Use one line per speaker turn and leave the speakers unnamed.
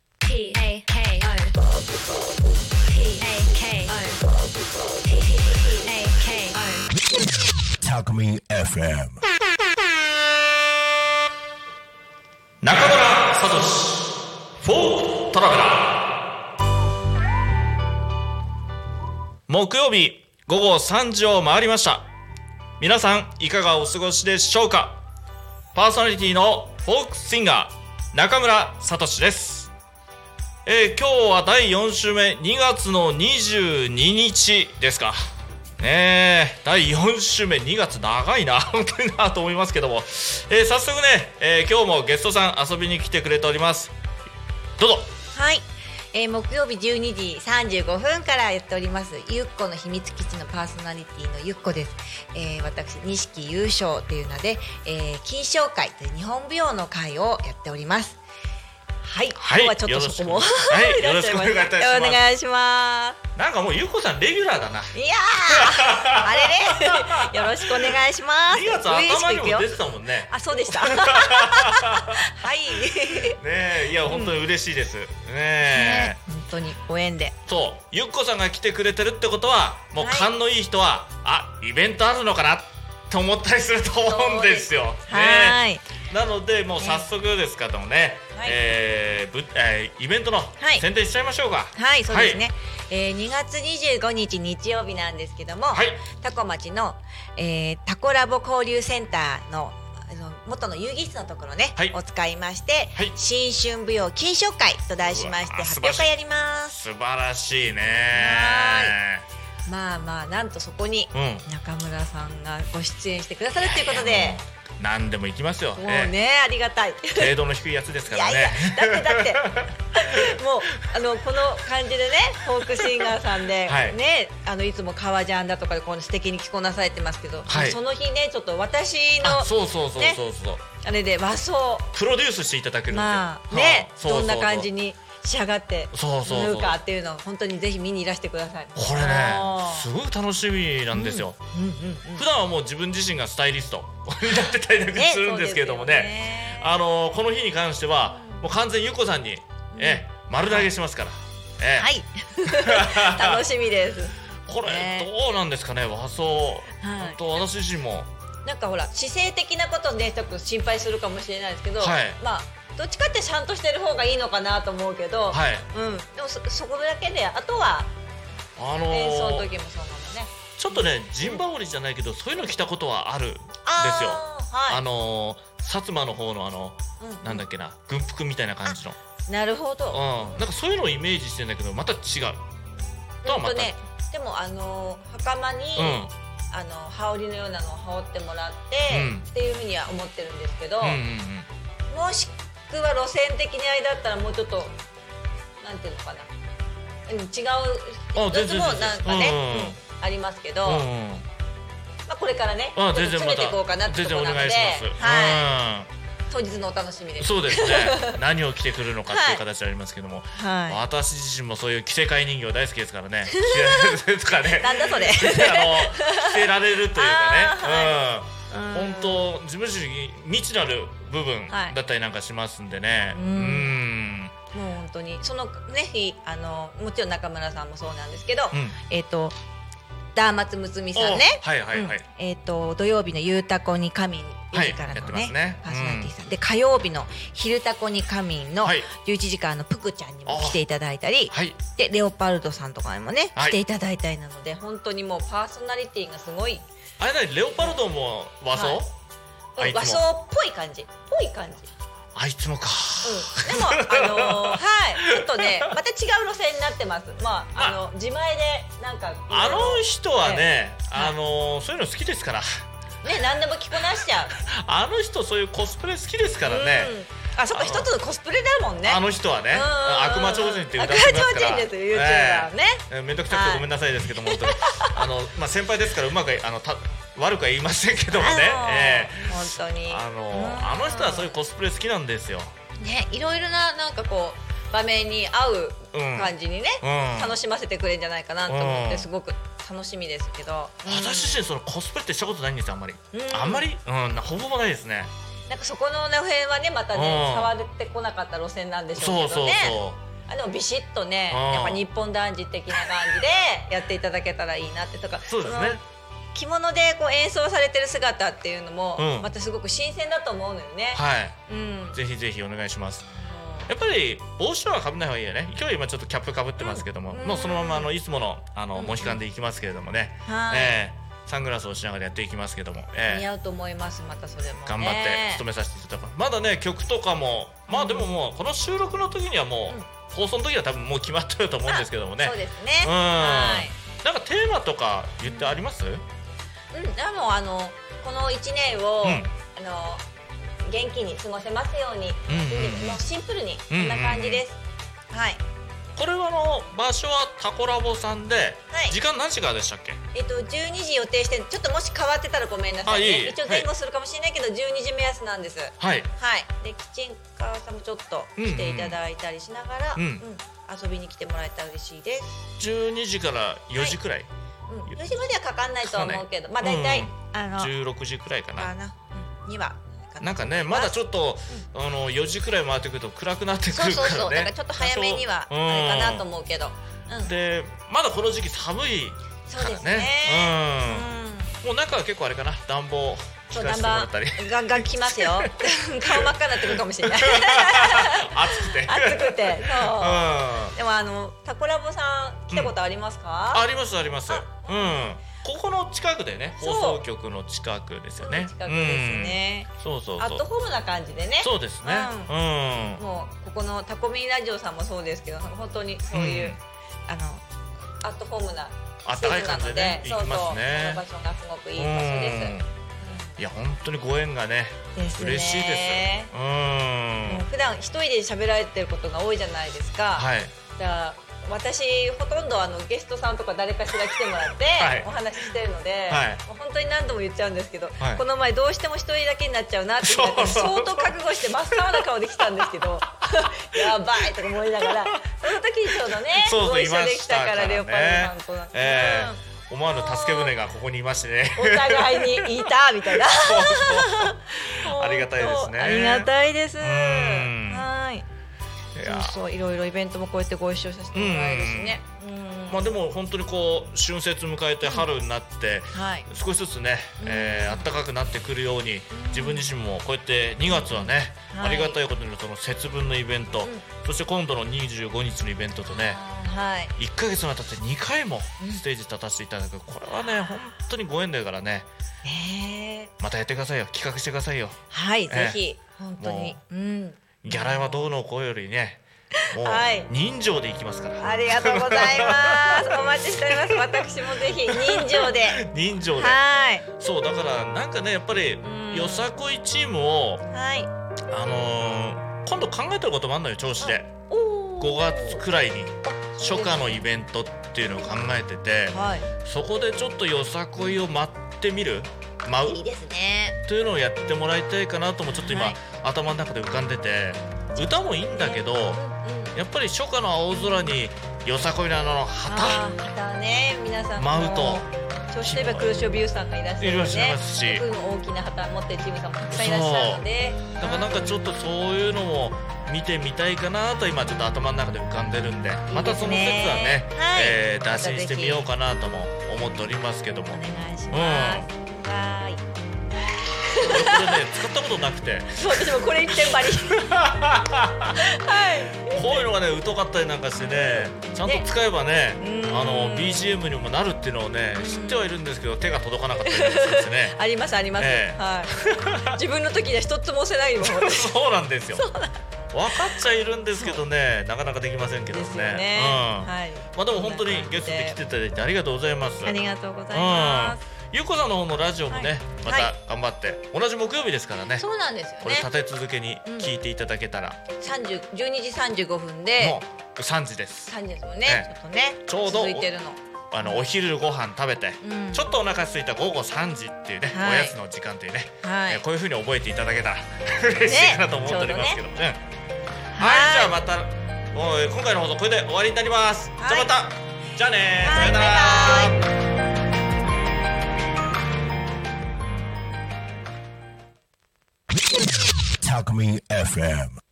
P A K O. P A K O. P A K O.
Talk Me FM
中村聡フォートラベラー木曜日午後3時を回りました皆さんいかがお過ごしでしょうかパーソナリティのフォークシンガー中村聡です、えー今日は第4週目2月の22日ですかねえ第4週目2月長いな 本当になと思いますけども、えー早速ね、えー今日もゲストさん遊びに来てくれておりますどうぞ
はい、えー木曜日12時35分からやっておりますゆっこの秘密基地のパーソナリティのゆっこです、えー私錦優勝という名で、えー金賞会という日本舞踊の会をやっておりますはい、
はい
今日はちょっとそこも
よろしくはい
らっしゃま
よろしくお願いいたします
お願いしま
なんかもうゆうこさんレギュラーだな
すいやーあれれよろしくお願いします
2月
初
頭
々しく
に
い
も
くよ
出てたもんね
あそうで したはい
ねえいや本当に嬉しいですねえ
ね本当にご縁で
そうゆっこさんが来てくれてるってことはもう
はい
勘のいい人は、あイベントあるのかなと思ったりすると思うんですよ。
は
ね
ーい
えなのでもう早速ですけどもね、
はい
えーぶえーイベントの
い
宣伝しちゃいましょうか。
はい、そうですね。えー2月25日日曜日なんですけども、
はい
タコ町の、えータコラボ交流センターのあの元の遊戯室のところね、
はい
を使いまして、
はい
新春舞踊金賞会と題しまして
うわー
発表会やります。
素晴らしいね
まあまあなんとそこに
うん
中村さんがご出演してくださるということで、
何でも行きますよ。
もうね、ありがたい。
えー程度の低いやつですか
い
ら
や
ね。
いや、だってだって、 もうあのこの感じでね、フォークシンガーさんで、
はい
ね、あのいつも革ジャンだとかでこの素敵に着こなされてますけど、
はい
その日ねちょっと私の
あ
あ
そうそうそうそうそう、
れで和装、
プロデュースしていただけるんですよ。
まあね
はあ、そうそうそう
どんな感じに仕上がって
そうそうそう
縫うかっていうのを本当にぜひ見にいらしてください。
これね
あー
すごく楽しみなんですよ、
うんうんうん
普段はもう自分自身がスタイリストになってたりなんか
ね
するんですけれどもね
そうですよね
あのーこの日に関してはもう完全ゆっこさんに、え丸投げしますから、ええ
はい 楽しみです。
これ、
ね
どうなんですかね和装、
はい
あと私自身も
なんかほら姿勢的なことねちょっと心配するかもしれないですけど、
はい
まあどっちかってちゃんとしてる方がいいのかなと思うけど、
はい
うん、でもそそこだけであとは
あのー
演奏の時もそうなのね。
ちょっとね陣羽織じゃないけどそういうの着たことはあるんですよあ,、
ーはい
のー薩摩の方のあの
うん
なんだっけな軍服みたいな感じの
なるほど。
うん、なんかそういうのをイメージしてんだけどまた違うとは
うん
ま
と
た、
ねでもあの袴に、
うん
あの羽織のようなのを羽織ってもらって、
うん
っていうふうには思ってるんですけど、
うんうんうん
もしくは路線的にあれだったらもうちょっとなんていうのかなうん違う一
全然
つもなんかね、
うんうんうん
うんありますけど、
うん
ま
うん
あ、これからね
あ
ちょっと
全然
詰
ま
めてい
た
こうかなって
全
と
然
ころ
お
なの
願
で
いします、
はい、
うん
当日のお楽しみです。
そうですね何を着てくるのかっていう形ありますけども、
は
私自身もそういう着せ替え人形大好きですから ねですからね
い、なんだそれ
あの着せられるというかね
あ、
うん
うん
本当自分自身未知なる部分
はい
だったりなんかしますんでね、
うん
うん
もう本当にそのね日あのもちろん中村さんもそうなんですけど、
うん
えっ、とダーマツムツミさんね
おはいはいはい、
うんえっ、と土曜日のゆうたこに神に
はい
4時から
や
の
ってま
ね,、
すね
パーソナリティさん、で火曜日の昼たこに神の
はい
11時からのぷくちゃんにも来ていただいたり、
はい
でレオパルドさんとかにもね、
はい
来ていただいたりなので本当にもうパーソナリティがすごい
あれだねレオパルドも和装、
はい
あいつも
和装っぽい感じぽい感じ。
あいつもか、
うん、でも、あ のーはい、ちょっとね、また違う路線になってます。まあ、あの、自前で、なんか、
あの人はね、
はい
あのーそういうの好きですから
ね、何でも着こなしちゃう。
あの人そういうコスプレ好きですからね、
うん、あ、そっか、
あの
一つのコスプレだもんね。
あの人はね
うんうんうん
悪魔超人っていう歌
悪
してます
魔超
から
人ですよ、ユーチューバー
え
ね。
ええめんどくさくてごめんなさいですけども、 本当にあの、まあ、先輩ですからうまくあのた悪くは言いませんけどもね、え
あのー本当に。
えあのーあの人はそういうコスプレ好きなんですよ、
うん。ね、いろいろな、なんか、こう、場面に合う
うん
感じにね、
うん、
楽しませてくれるんじゃないかなと思っ
う
て、
ん
すごく楽しみですけど。
私自身そのコスプレってしたことないんですよあんまり、
うん
あんまり、うん、ほぼほぼないですね
なんかそこの辺はねまたね
うん
触ってこなかった路線なんでしょうけどね
そうそうそう
あでもビシッとね
あー
やっぱ日本男児的な感じでやっていただけたらいいなってとか
そうですね
の着物でこう演奏されてる姿っていうのも、
うん
またすごく新鮮だと思うのよね。
はい
うん
ぜひぜひお願いしますやっぱり帽子はかぶんない方がいいよね今日今ちょっとキャップかぶってますけども、
うん
もうそのままあのいつものあの、
うん
モヒカンでいきますけれどもね、
はい
えーサングラスをしながらやっていきますけども、えー
似合うと思いますまたそれも、ね、
頑張って勤めさせていただきますまだね曲とかもまあでももうこの収録の時にはもう、
うん
放送の時は多分もう決まってると思うんですけどもね
そうですね
うん
はい
なんかテーマとか言ってあります、
うん、でもあのこの1年を、
うん
あの元気に過ごせますように、
んうんうん
もうシンプルにこ
うんうんうん
んな感じです、はい
これはあの場所はタコラボさんで、
はい
時間何時からでしたっけ
えっと12時予定してるちょっともし変わってたらごめんなさいね
あいい
一応前後するかもしれないけど、12時目安なんです
はい
はいでキッチンカーさんもちょっと来ていただいたりしながら、
うんうん
遊びに来てもらえたら嬉しいです、
12時から4時くらい、
うん、4時まではかかんないとは思うけどまあ大
う
体
ん、
あの
16時くらい
か
かな
な、うん、にはと
なんかねまだちょっと、あの4時くらい回ってくると暗くなってく
そう
るか
そうそ
ら
う、だ
ね
からちょっと早めには
多少
あれかなと
うん
思うけど、うん、
でまだこの時期寒い
そう
か
で
ら
す
ね
ね。
うんもう中は結構あれかな暖房
そ
効
う
か
だ
せ
ん
てもら
だ
ったり
んガンガンきます よ。顔真っ赤になってくるかもしれない。
暑く て
暑くて、
うん
そう。
あ
でもあのタコラボさん来たことありますか？
りますありますうんここの近くでね
そ
放
う
送局の近くですよね
近くですね。
うんそうそう
ア
そ
ット
う
ホームな感じでね。
そうですねうん
もうここのタコミンラジオさんもそうですけど、本当にそういう、
うん
あのアットホームな
あったかい感じでね
施設なの
行きますね
そうそう、この場所がすごくいい場所
うん
です。
いや本当にご縁がね
ですね
嬉しいですうん
もう普段一人で喋られてることが多いじゃないですか。
はい
じゃあ私ほとんどあのゲストさんとか誰かしら来てもらって、
はい
お話ししてるので、
はい
もう本当に何度も言っちゃうんですけど、
はい
この前どうしても一人だけになっちゃうなって言って
そう
相当覚悟して真っ青な顔で来たんですけど やばいとか思いながらその時にちょうどね
そうそう
ご
い
一緒
ま
で
し
き
た
た
か
かららレオパル
ね
ドさんと、
ええ思わぬ助け舟がここにいましてね
うんお互いにいたみたいな
そう そうありがたいですね
ありがたいです
ん
はい
い
そ
や
うそういろいろイベントもこうやってご一緒させてもらえるしねうん
まあでも本当にこう春節迎えて春になって
はい
少しずつね、えー、暖かくなってくるように自分自身もこうやって2月はね、
はい
ありがたいことにその節分のイベント、そして今度の25日のイベントとね
はい
1ヶ月にわたって2回もステージ立たせていただく、これはね本当にご縁だからね
ねえ
またやってくださいよ企画してくださいよ
はい、
ええ
ぜひ本当に、うん、
ギャラはどうのこうよりねもう
はい
人情でいきますから、
ありがとうござい ます。お待ちしております。私もぜひ人情で、
人情で
はい、
そうだからなんかねやっぱり
ん
よさこいチームを
はい、
あのー今度考えてることもあるのよ調子で
お
5月くらいに
そうです
初夏のイベントっていうのを考えてて
はい、
そこでちょっとよさこいを待ってみる舞
いうですね。
というのをやってもらいたいかなともちょっと今、
はい
頭の中で浮かんでて歌もいいんだけど
うん、
やっぱり初夏の青空によさこいのあの旗
あー、またね、皆さん
舞うと。
調子といえば黒潮美優さんがいらっしゃ
い
るの
らっ
で
しゃい
ね
ま。すし
すごく大きな旗持ってるチームさんもたくさんいらっしゃるので、
だからなんかちょっとそういうのも見てみたいかなと今ちょっと頭の中で浮かんでるんでまたその説はね
いいですねはい
えー打診してみようかなとも思っておりま すけども
お
これね
願いします。はーい。
使ったことなくて
そう私もこれ一点張り。 はい。
こういうのがね疎かったりなんかしてねちゃんと使えばね
ね
あの
うん
BGM にもなるっていうのをね知ってはいるんですけど手が届かなかったりなんかするんです ね
ありますあります、
ええ
はい自分の時には一つも押せないもんです
そうなんですよ分かっちゃいるんですけどねなかなかできませんけど
よ
ね
ね
うん
はい
まあでも本当にゲストで来ていただいてありがとうございます
ありがとうございます、
うん、ゆうこさんの方のラジオもね、
はい
ま
は
た
い
頑張って、同じ木曜日ですからね
そうなんですよ
これ立
ね
て続けに聞いていただけたら、
30 12時35分で
もう3時です
3時ですもんね、
え
ち
え
ょっとね
ちょうど
続いてるの
あのお昼ご飯食べて、
うん
ちょっとお腹空いた午後3時っていうね、
はい
おやつの時間というね、
はい
えーこういう風に覚えていただけたら 嬉しいかなと思っておりますけどもねはいじゃあまたもう今回の放送これで終わりになります、
はい
じゃあまたじゃあね
はい
さよなら、
バイバイ
Talk Me FM.